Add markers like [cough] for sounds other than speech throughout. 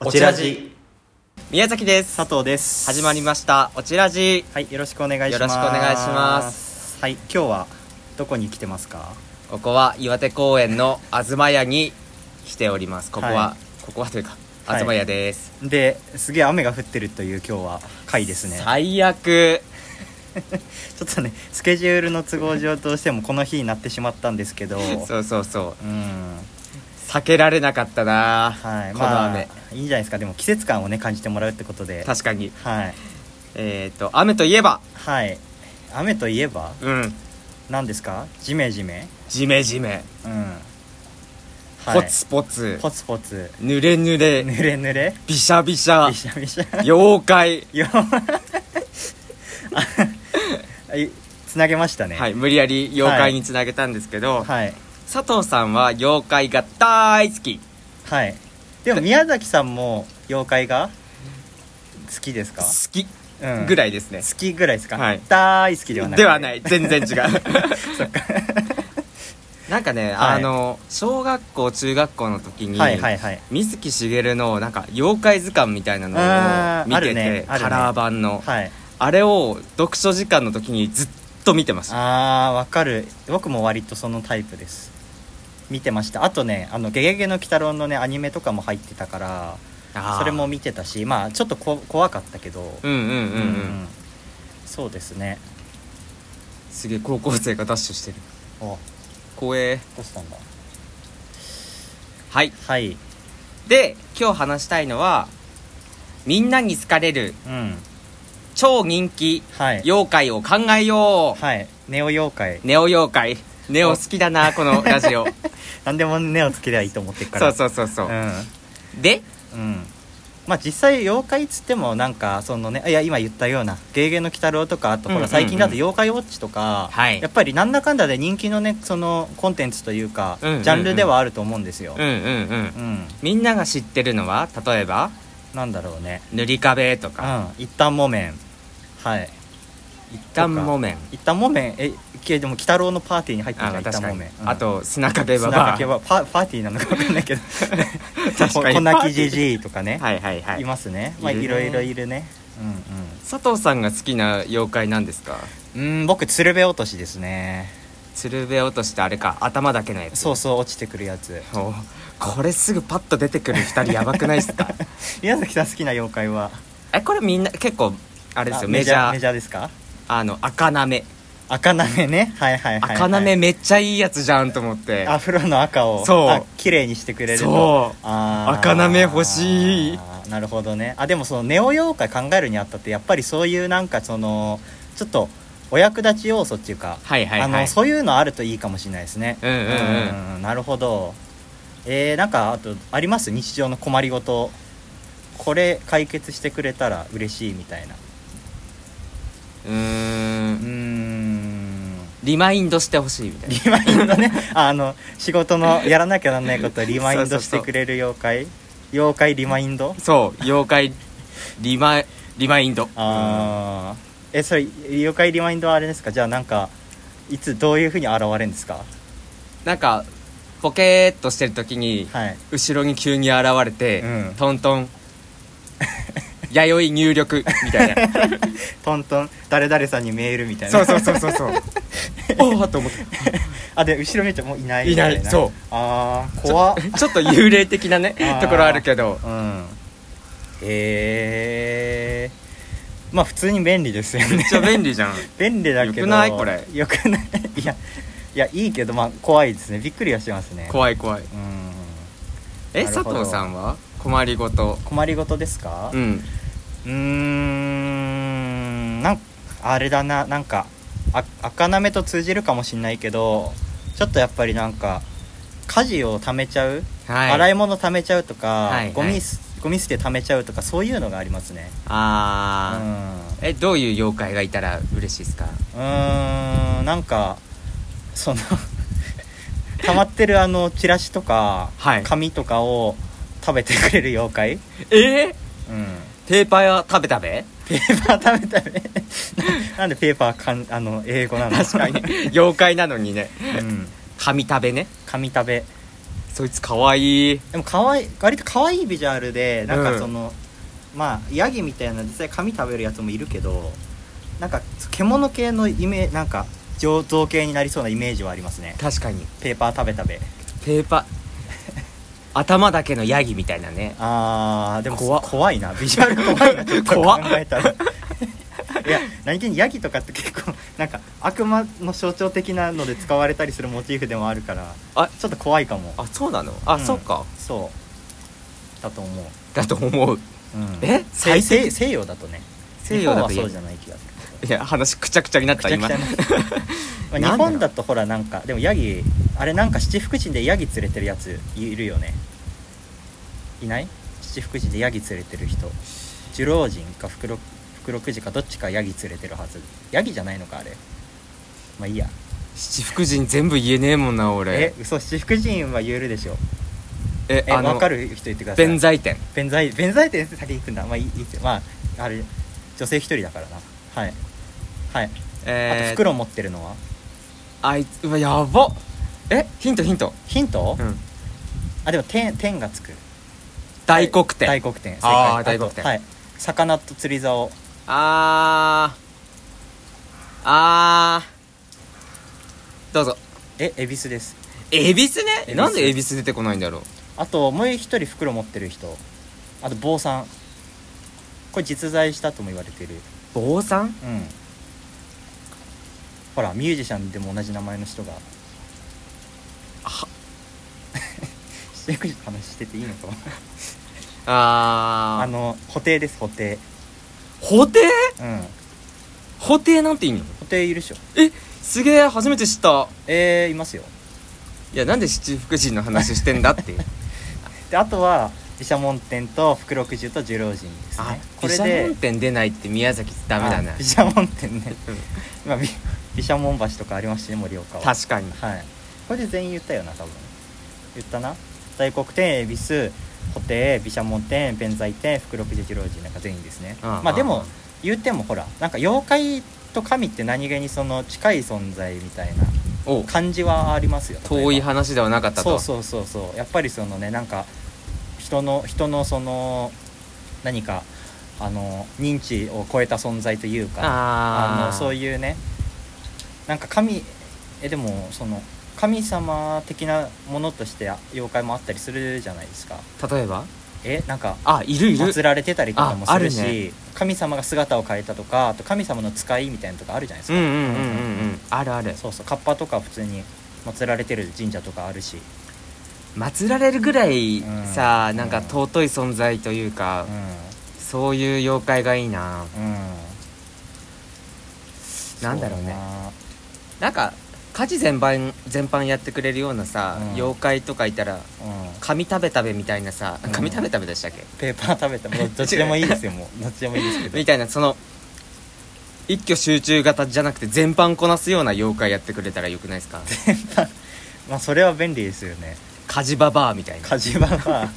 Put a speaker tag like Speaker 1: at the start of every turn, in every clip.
Speaker 1: おちらじ
Speaker 2: 宮崎です
Speaker 1: 佐藤です
Speaker 2: 始まりましたおちらじ
Speaker 1: はいよろしくお願いします
Speaker 2: よろしくお願いします
Speaker 1: はい今日はどこに来てますか
Speaker 2: ここは岩手公園の東屋に来ておりますここは、
Speaker 1: は
Speaker 2: ここはというか
Speaker 1: はい
Speaker 2: 東屋です、
Speaker 1: ですげえ雨が降ってるという今日は回ですね
Speaker 2: 最
Speaker 1: ち
Speaker 2: 悪
Speaker 1: ょっとねスケジュールの都合上どうしてもこの日になってしまったんですけど
Speaker 2: [laughs] そうそうそう
Speaker 1: うん
Speaker 2: 避けられなかったな、
Speaker 1: はい
Speaker 2: この雨、
Speaker 1: まあ、いいんじゃないですかでも季節感をね感じてもらうってことで
Speaker 2: 確かに
Speaker 1: はい
Speaker 2: えっ、と雨といえば
Speaker 1: はい雨といえば
Speaker 2: うん
Speaker 1: 何ですかジメジメ
Speaker 2: ジメジメ、
Speaker 1: うん
Speaker 2: ポツポツ
Speaker 1: ポツポツ
Speaker 2: 濡れ濡れ
Speaker 1: 濡れ濡れ
Speaker 2: びしゃびしゃ
Speaker 1: びしゃびしゃ
Speaker 2: 妖怪
Speaker 1: よ [laughs] はいつなげましたね
Speaker 2: はい無理やり妖怪につなげたんですけど、
Speaker 1: はい
Speaker 2: 佐藤さんは妖怪が大好き
Speaker 1: はいでも宮崎さんも妖怪が好きですか
Speaker 2: 好、き
Speaker 1: うん、
Speaker 2: ぐ
Speaker 1: い
Speaker 2: らいですね、
Speaker 1: 好きぐらいですか、
Speaker 2: はい
Speaker 1: 大好きではない
Speaker 2: ではない全然違う
Speaker 1: [laughs] そっか
Speaker 2: [laughs] なんかね、
Speaker 1: はい
Speaker 2: あの小学校中学校の時に、
Speaker 1: はいはいはい
Speaker 2: 水木しげるのなんか妖怪図鑑みたいなの
Speaker 1: あ
Speaker 2: を
Speaker 1: ー
Speaker 2: 見
Speaker 1: あ
Speaker 2: て
Speaker 1: る
Speaker 2: て、
Speaker 1: ねあるね
Speaker 2: カラー版の、
Speaker 1: はい
Speaker 2: あれを読書時間の時にずっと見てました
Speaker 1: あーわかる僕も割とそのタイプです見てましたあとね「あのゲゲゲの鬼太郎」のねアニメとかも入ってたから
Speaker 2: あー
Speaker 1: それも見てたしまあちょっとこ怖かったけど
Speaker 2: うんうんうんうん、
Speaker 1: そうですね
Speaker 2: すげえ高校生がダッシュしてる
Speaker 1: お
Speaker 2: 光栄
Speaker 1: どうしたんだ
Speaker 2: はい
Speaker 1: はい
Speaker 2: で今日話したいのはみんなに好かれる
Speaker 1: うん
Speaker 2: 超人気
Speaker 1: はい
Speaker 2: 妖怪を考えよう、
Speaker 1: はいネオ妖怪
Speaker 2: ネオ妖怪ネオ好きだなこのラ
Speaker 1: [laughs]
Speaker 2: ジオ
Speaker 1: 何でもネオつけりゃいいと思ってるか
Speaker 2: そう
Speaker 1: らう
Speaker 2: そうそうそう、
Speaker 1: う
Speaker 2: で
Speaker 1: んうんまあ実際妖怪っつってもなんかそのねいや今言ったような「ゲーゲーの鬼太郎」とかあとほ
Speaker 2: うんうんう
Speaker 1: ら
Speaker 2: ん
Speaker 1: 最近だと「妖怪ウォッチ」とか、
Speaker 2: はい
Speaker 1: やっぱりなんだかんだで人気のねそのコンテンツというか、
Speaker 2: うんうんうん
Speaker 1: ジャンルではあると思うんですよ
Speaker 2: うんうんうん
Speaker 1: うん、
Speaker 2: みんなが知ってるのは例えば
Speaker 1: なんだろうね
Speaker 2: 塗り壁と
Speaker 1: う
Speaker 2: か
Speaker 1: ん一旦木綿はい
Speaker 2: 一旦木綿
Speaker 1: 一旦木綿えけでも鬼太郎のパーティーに入ってる
Speaker 2: あ
Speaker 1: じゃん
Speaker 2: まあ
Speaker 1: 一旦
Speaker 2: 確か
Speaker 1: 木
Speaker 2: に
Speaker 1: 綿、
Speaker 2: あと砂壁バ
Speaker 1: 砂
Speaker 2: バ
Speaker 1: か
Speaker 2: ア
Speaker 1: けはパパーティーなのか分かんない
Speaker 2: [laughs]
Speaker 1: けど [laughs]
Speaker 2: 確かに
Speaker 1: こ粉木じじいとかね、、
Speaker 2: はいはいはいい
Speaker 1: ますねまあ
Speaker 2: いるね
Speaker 1: いろいろいるねうん
Speaker 2: 佐藤さんが好きな妖怪なんですか
Speaker 1: うんうん僕鶴瓶落としですね
Speaker 2: 鶴瓶落としてあれか頭だけのやつ
Speaker 1: そうそう落ちてくるやつ
Speaker 2: おこれすぐパッと出てくる2人やばくないです
Speaker 1: [laughs]
Speaker 2: か
Speaker 1: 宮崎さん好きな妖怪は
Speaker 2: えこれみんな結構あれです
Speaker 1: あ
Speaker 2: よメジャー
Speaker 1: メジャーですか
Speaker 2: あの赤なめ
Speaker 1: 赤なめねはいはいはい、はい、
Speaker 2: 赤なめめっちゃいいやつじゃんと思って
Speaker 1: アフロの赤を
Speaker 2: そう
Speaker 1: あ綺麗にしてくれると
Speaker 2: そう
Speaker 1: あー
Speaker 2: 赤なめ欲しい
Speaker 1: あーなるほどねあでもそのネオ妖怪考えるにあたってやっぱりそういうなんかそのちょっとお役立ち要素っていうか
Speaker 2: はいはい
Speaker 1: あ
Speaker 2: は
Speaker 1: の
Speaker 2: い
Speaker 1: そういうのあるといいかもしれないですね
Speaker 2: うんうんうん
Speaker 1: うんなるほどえー、なんかあとあります日常の困りごとこれ解決してくれたら嬉しいみたいな
Speaker 2: うー
Speaker 1: うー
Speaker 2: ん
Speaker 1: ん
Speaker 2: リマインドしてほしいみたいな
Speaker 1: [laughs] リマインドねあの仕事のやらなきゃなんないことをリマインドしてくれる妖怪妖怪リマインド
Speaker 2: そう妖怪リマリマインド
Speaker 1: ああえそれ妖怪リマインドはあれですかじゃあなんかいつどういうふうに現れるんですか
Speaker 2: なんかポケーっとしてる時に、
Speaker 1: はい
Speaker 2: 後ろに急に現れて、
Speaker 1: うん
Speaker 2: トントン弥生入力みたいな
Speaker 1: トントン誰々さんにメールみたいな
Speaker 2: そうそうそうそうそうおおと思って
Speaker 1: あで後ろ見てもういない
Speaker 2: いない
Speaker 1: みた
Speaker 2: そう
Speaker 1: ああ怖っ
Speaker 2: ちょっと幽霊的なね
Speaker 1: あー
Speaker 2: ところあるけど
Speaker 1: うんへえまあ普通に便利ですよね
Speaker 2: めっちゃ便利じゃん
Speaker 1: [laughs] 便利だけど
Speaker 2: よくないこれ
Speaker 1: よくないいやいやいいけどまあ怖いですねびっくりはしますね
Speaker 2: 怖い怖い
Speaker 1: うん
Speaker 2: え
Speaker 1: なる
Speaker 2: 佐
Speaker 1: ほど
Speaker 2: 藤さんは困りごと
Speaker 1: 困りごとですか
Speaker 2: うん
Speaker 1: うーんなんあれだななんかあ赤なめと通じるかもしんないけどちょっとやっぱりなんか家事を貯めちゃう、
Speaker 2: はい
Speaker 1: 洗い物貯めちゃうとか、
Speaker 2: いはい
Speaker 1: ゴミすゴミ捨て貯めちゃうとかそういうのがありますねう
Speaker 2: あ
Speaker 1: ん
Speaker 2: あ、えどういう妖怪がいたら嬉しいですか
Speaker 1: うーんなんかその [laughs] 溜まってるあのチラシとか、
Speaker 2: はい
Speaker 1: 紙とかを食べてくれる妖怪、うん、
Speaker 2: えペーパー食べ食 [laughs] べ
Speaker 1: ペーパー食べたねなんでペーパーかんあの英語なの
Speaker 2: 確かに妖怪なのにね
Speaker 1: うん、
Speaker 2: 紙食べね
Speaker 1: 紙食べ
Speaker 2: そいつかわいい
Speaker 1: でも可愛い割と可愛いビジュアルでなん
Speaker 2: う
Speaker 1: か
Speaker 2: ん
Speaker 1: その、まあヤギみたいな実際髪食べるやつもいるけどなんか獣系のイメージなんか醸造系になりそうなイメージはありますね
Speaker 2: 確かに
Speaker 1: ペーパー食べ食べ
Speaker 2: ペーパー頭だけのヤギみたいなね
Speaker 1: あーでも
Speaker 2: 怖っ
Speaker 1: 怖いなビジュアル怖
Speaker 2: [laughs]
Speaker 1: いなちょっと
Speaker 2: 怖
Speaker 1: 考
Speaker 2: っ
Speaker 1: えたら [laughs] いや何気にヤギとかって結構なんか悪魔の象徴的なので使われたりするモチーフでもあるから
Speaker 2: あ
Speaker 1: ちょっと怖いかも
Speaker 2: あそうなのあ、
Speaker 1: うん
Speaker 2: そうか
Speaker 1: そうだと思う、
Speaker 2: だと思う
Speaker 1: うん、
Speaker 2: え
Speaker 1: 西
Speaker 2: 最
Speaker 1: 西西洋だとね
Speaker 2: 西洋だと
Speaker 1: 日本はそうじ
Speaker 2: ゃ
Speaker 1: ゃない気がする
Speaker 2: いや話くちゃくちゃになった
Speaker 1: めちゃ
Speaker 2: 今
Speaker 1: くちゃな [laughs] まあ
Speaker 2: なんだろ
Speaker 1: 日
Speaker 2: う
Speaker 1: 本だとほらなんかでもヤギあれなんか七福神でヤギ連れてるやついるよねいない七福神でヤギ連れてる人寿老人か福禄福禄寺かどっちかヤギ連れてるはずヤギじゃないのかあれまあいいや
Speaker 2: 七福神全部言えねえもんな
Speaker 1: え
Speaker 2: 俺
Speaker 1: 嘘七福神は言えるでしょ
Speaker 2: え
Speaker 1: え分かる人言ってください
Speaker 2: 弁財天
Speaker 1: 弁財弁財天先行くんだまあいいいいっすよまああれ女性一人だからなはいはいあと
Speaker 2: えー、
Speaker 1: 袋持ってるのは
Speaker 2: あいつうわやばえヒントヒント、
Speaker 1: ヒント、
Speaker 2: うん、
Speaker 1: あでも天天がつく
Speaker 2: 大黒天、
Speaker 1: 大黒天正解
Speaker 2: あー
Speaker 1: と
Speaker 2: 大黒天
Speaker 1: はい魚と釣り竿
Speaker 2: あーあーどうぞ
Speaker 1: え恵比寿です
Speaker 2: 恵比寿ね
Speaker 1: 恵比寿
Speaker 2: なんで恵比寿出てこないんだろう
Speaker 1: あともう一人袋持ってる人あと坊さんこれ実在したとも言われてる
Speaker 2: 坊さん
Speaker 1: うんほらミュージシャンでも同じ名前の人 [laughs] が
Speaker 2: は
Speaker 1: してく話してていいのかあ
Speaker 2: ああ
Speaker 1: の布袋です布袋
Speaker 2: 布袋
Speaker 1: うん
Speaker 2: 布袋なんて意味
Speaker 1: 布袋いるでしょ
Speaker 2: えすげえ初めて知った
Speaker 1: えー、いますよ
Speaker 2: いやなんで七福神の話してんだって
Speaker 1: [laughs] であとは毘沙門天と福禄寿と寿老人です
Speaker 2: あ
Speaker 1: ねこ
Speaker 2: 毘
Speaker 1: れ
Speaker 2: 沙
Speaker 1: で
Speaker 2: 門天出ないって宮崎ダメだな
Speaker 1: あ毘沙門天ね今毘毘沙門橋とかありましたね盛岡は
Speaker 2: 確かに
Speaker 1: はいこれで全員言ったよな多分言ったな大黒天恵比寿布袋毘沙門天弁財天福禄寿寿老人なんか全員ですね
Speaker 2: ああ
Speaker 1: まあで
Speaker 2: ああ
Speaker 1: も言ってもほらなんか妖怪と神って何気にその近い存在みたいな
Speaker 2: お
Speaker 1: 感じはありますよ
Speaker 2: 遠い
Speaker 1: 例えば
Speaker 2: 話ではなかった
Speaker 1: そう
Speaker 2: と
Speaker 1: そうそうそうやっぱりそのねなんか人の人のその何かあの認知を超えた存在というかあ
Speaker 2: あ
Speaker 1: の
Speaker 2: あ
Speaker 1: そう
Speaker 2: う
Speaker 1: いうねなんか神えでもその神様的なものとしてあ妖怪もあったりするじゃないですか
Speaker 2: 例えば
Speaker 1: えなんか
Speaker 2: あいるいる
Speaker 1: 祀られてたりとかもするし
Speaker 2: ああるね
Speaker 1: 神様が姿を変えたとかあと神様の使いみたいなのとかあるじゃないです
Speaker 2: うん
Speaker 1: か、
Speaker 2: うんうんうんうんあるある
Speaker 1: そうそうカッパとか普通に祀られてる神社とかあるし、
Speaker 2: 祀られるぐらい
Speaker 1: うん
Speaker 2: さ、
Speaker 1: うん
Speaker 2: なんか尊い存在というか
Speaker 1: う、ん、
Speaker 2: そういう妖怪がいいな
Speaker 1: うん
Speaker 2: なんだろうねなんか家事全般全般やってくれるようなさ、
Speaker 1: うん
Speaker 2: 妖怪とかいたら
Speaker 1: そうだなうん
Speaker 2: 紙食べ食べみたいなさ、
Speaker 1: うん
Speaker 2: 紙食べ食べでしたっけ
Speaker 1: ペーパー食べたもうどっちでもいいですよも
Speaker 2: [laughs]
Speaker 1: うどっちでもいいですけど
Speaker 2: みたいなその一挙集中型じゃなくて全般こなすような妖怪やってくれたらよくな
Speaker 1: [laughs]
Speaker 2: いですか
Speaker 1: まあそれは便利ですよね
Speaker 2: 家事ババアみたいな
Speaker 1: 火事
Speaker 2: [laughs]
Speaker 1: 場は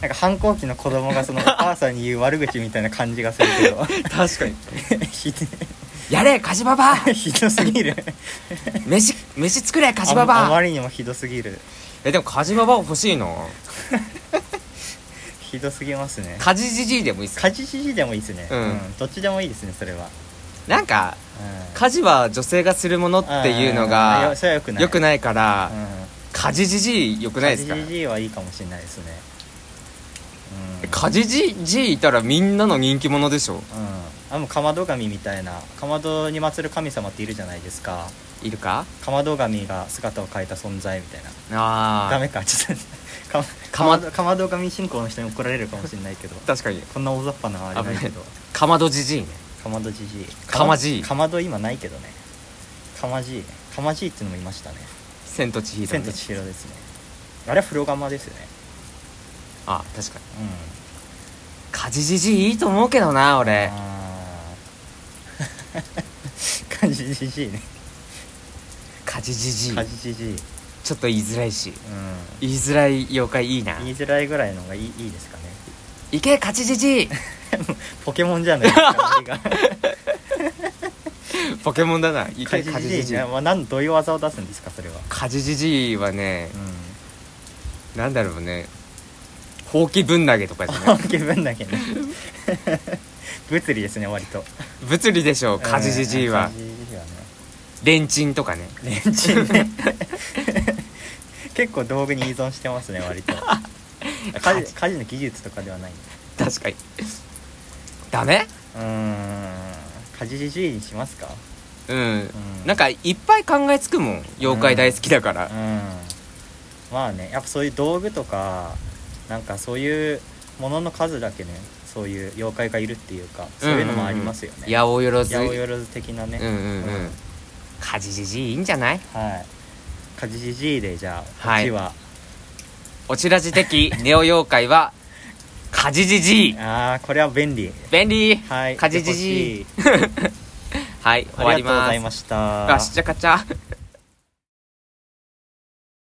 Speaker 1: なんか反抗期の子供が
Speaker 2: [laughs]
Speaker 1: そのお母さんに言う悪口みたいな感じがするけど
Speaker 2: 確かに
Speaker 1: ひ
Speaker 2: やれ家事ババア
Speaker 1: どひどすぎる
Speaker 2: 飯飯作れ家事
Speaker 1: あ
Speaker 2: バ
Speaker 1: まあ
Speaker 2: バア
Speaker 1: まりにもひどすぎる
Speaker 2: えでも家事ババア欲しいな
Speaker 1: ひどすぎますね
Speaker 2: 家事じじいでもいいっす
Speaker 1: 家事じじでもいいですね、
Speaker 2: うん
Speaker 1: どっちでもいいですねそれは、
Speaker 2: なんか
Speaker 1: うん
Speaker 2: 家事は女性がするものっていうの
Speaker 1: んい
Speaker 2: が
Speaker 1: やそれはよくない
Speaker 2: よくないから、
Speaker 1: うん
Speaker 2: 家事じじいよくないですか
Speaker 1: ジジイはいいかもしれないですねうん
Speaker 2: 家事じじいいたらみんなの人気者でしょ
Speaker 1: うんあもうかまど神みたいなかまどに祀る神様っているじゃないですか
Speaker 2: いるか
Speaker 1: かまど神が姿を変えた存在みたいなダ
Speaker 2: あ
Speaker 1: メかちょっとか
Speaker 2: か
Speaker 1: か
Speaker 2: ま
Speaker 1: まどかまど神信仰の人に怒られるかもしれないけ
Speaker 2: [laughs]
Speaker 1: ど
Speaker 2: あ確かに
Speaker 1: こんな大雑把なのはあれないけど
Speaker 2: かまどじじいね
Speaker 1: かまどじじい
Speaker 2: かまじい
Speaker 1: かまど今ないけどねかまじいかまじいっていうのもいましたね
Speaker 2: 「千と千尋、ね」
Speaker 1: 千と千尋ですねあれは風呂釜ですよね
Speaker 2: あ確かに
Speaker 1: うん
Speaker 2: 家事じじいいいと思うけどな俺
Speaker 1: あー [laughs] 家事じじいね
Speaker 2: 家事じじい
Speaker 1: 家事じじい、うん、
Speaker 2: ちょっと言いづらいし言いづらい妖怪いいな
Speaker 1: 言いづらいぐらいのがいいいいですかね
Speaker 2: い
Speaker 1: [laughs]
Speaker 2: け家事じじい [laughs]
Speaker 1: ポケモンじゃない感じが
Speaker 2: ポポケモンだな
Speaker 1: う
Speaker 2: い
Speaker 1: んカ
Speaker 2: け
Speaker 1: ジ
Speaker 2: カジ
Speaker 1: ジ
Speaker 2: ジ
Speaker 1: ジ
Speaker 2: ジ
Speaker 1: イ
Speaker 2: イ
Speaker 1: な、まあ、なんどういう技を出すんですかそれは、
Speaker 2: カジジジイはね
Speaker 1: う
Speaker 2: なんだろうねほうきぶん投げとかじゃ
Speaker 1: ん
Speaker 2: ない
Speaker 1: 気分だけね物理ですね割と
Speaker 2: 物理でしょうカジジジイは
Speaker 1: カジジジイはね
Speaker 2: レンチンとかね
Speaker 1: [laughs] レンチンね結構道具に依存してますね
Speaker 2: [laughs]
Speaker 1: 割と家事家事の技術とかではない
Speaker 2: 確かにダメ
Speaker 1: うーん家事じじいにしますか
Speaker 2: うん
Speaker 1: うん
Speaker 2: なんかいっぱい考えつくもん妖怪大好きだから、
Speaker 1: うんまあねやっぱそういう道具とかなんかそういうものの数だけねそういう妖怪がいるっていうかそういうのもありますよね、
Speaker 2: 八百万
Speaker 1: 八百万的なね、
Speaker 2: うんうんう
Speaker 1: うん
Speaker 2: んカジジジイいいんじゃない
Speaker 1: はい家事じじいでじゃあこ
Speaker 2: は
Speaker 1: っ
Speaker 2: い
Speaker 1: ちは、
Speaker 2: オチラジ的ネオ妖怪はカジジジイ
Speaker 1: ああこれは便利
Speaker 2: 便利
Speaker 1: はい
Speaker 2: カジジジイ
Speaker 1: い
Speaker 2: はい終
Speaker 1: あ
Speaker 2: わ
Speaker 1: り
Speaker 2: り
Speaker 1: がとうご
Speaker 2: ま
Speaker 1: ざ
Speaker 2: す
Speaker 1: いました
Speaker 2: あしっちゃかちゃ